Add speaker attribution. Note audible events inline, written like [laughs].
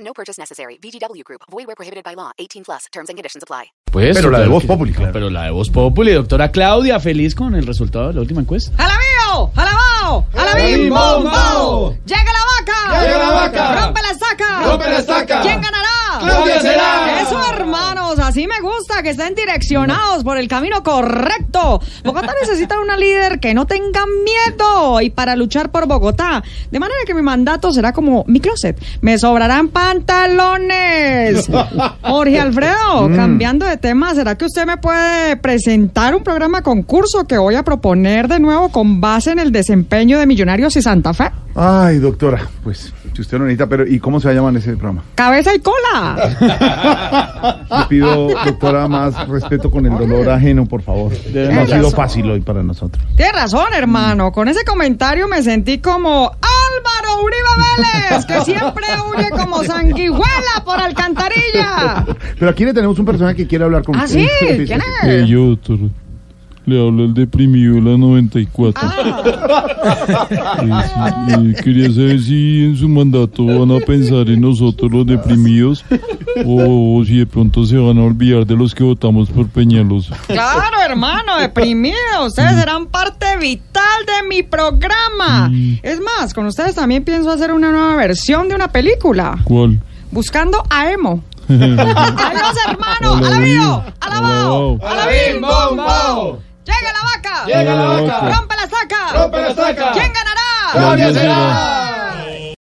Speaker 1: No purchase necessary. VGW Group. Void where prohibited by law. 18 plus. Terms and conditions apply.
Speaker 2: Pues,
Speaker 3: Pero la de
Speaker 2: claro
Speaker 3: Voz
Speaker 2: que-
Speaker 3: Populi, claro.
Speaker 2: Pero la de Voz Populi, doctora Claudia, feliz con el resultado de la última encuesta.
Speaker 4: ¡Jalabío! ¡Jalabao! ¡Jalabín!
Speaker 3: ¡Jalabín,
Speaker 4: ¡Bombao!
Speaker 3: bombao!
Speaker 4: ¡Llega la vaca!
Speaker 3: ¡Llega la vaca!
Speaker 4: ¡Rompe la estaca!
Speaker 3: ¡Rompe la estaca!
Speaker 4: ¿Quién ganará?
Speaker 3: ¡Claudia será!
Speaker 4: Eso, hermanos, así me gusta que estén direccionados por el camino correcto. Bogotá necesita una líder que no tenga miedo y para luchar por Bogotá. De manera que mi mandato será como mi closet. Me sobrarán pantalones.
Speaker 3: [laughs]
Speaker 4: Jorge Alfredo,
Speaker 3: Mm.
Speaker 4: cambiando de tema, ¿será que usted me puede presentar un programa concurso que voy a proponer de nuevo con base en el desempeño de Millonarios y Santa Fe?
Speaker 3: Ay, doctora, pues, si usted lo necesita, pero ¿y cómo se va a llamar ese programa?
Speaker 4: Cabeza y
Speaker 5: [laughs]
Speaker 4: cola. Ah.
Speaker 3: Le pido, doctora, más respeto con el dolor ajeno, por favor. No ha sido fácil hoy para nosotros.
Speaker 4: Tienes razón, hermano. Con ese comentario me sentí como Álvaro Uribe Vélez, que siempre huye como sanguijuela por alcantarilla.
Speaker 3: Pero aquí le tenemos un personaje que quiere hablar con
Speaker 4: ¿Ah,
Speaker 3: usted.
Speaker 4: sí?
Speaker 3: [laughs]
Speaker 4: ¿Quién
Speaker 3: sí.
Speaker 5: Eh,
Speaker 4: es?
Speaker 5: yo, doctor. Le hablo el deprimido de la 94.
Speaker 4: Ah,
Speaker 5: Eh, sí, eh, quería saber si en su mandato van a pensar en nosotros los deprimidos o, si de pronto se van a olvidar de los que votamos por Peñalosa.
Speaker 4: claro, hermano, deprimido. Ustedes serán parte vital de mi programa.
Speaker 5: Mm.
Speaker 4: Es más, con ustedes también pienso hacer una nueva versión de una película.
Speaker 5: ¿Cuál?
Speaker 4: Buscando a Emo. Adiós, hermano. Alabío, alabao, alabim, bombao. Llega la vaca.
Speaker 5: Llega la vaca.
Speaker 4: Rompe la saca. Rompe la saca. ¿Quién ganará?
Speaker 5: Claudia será.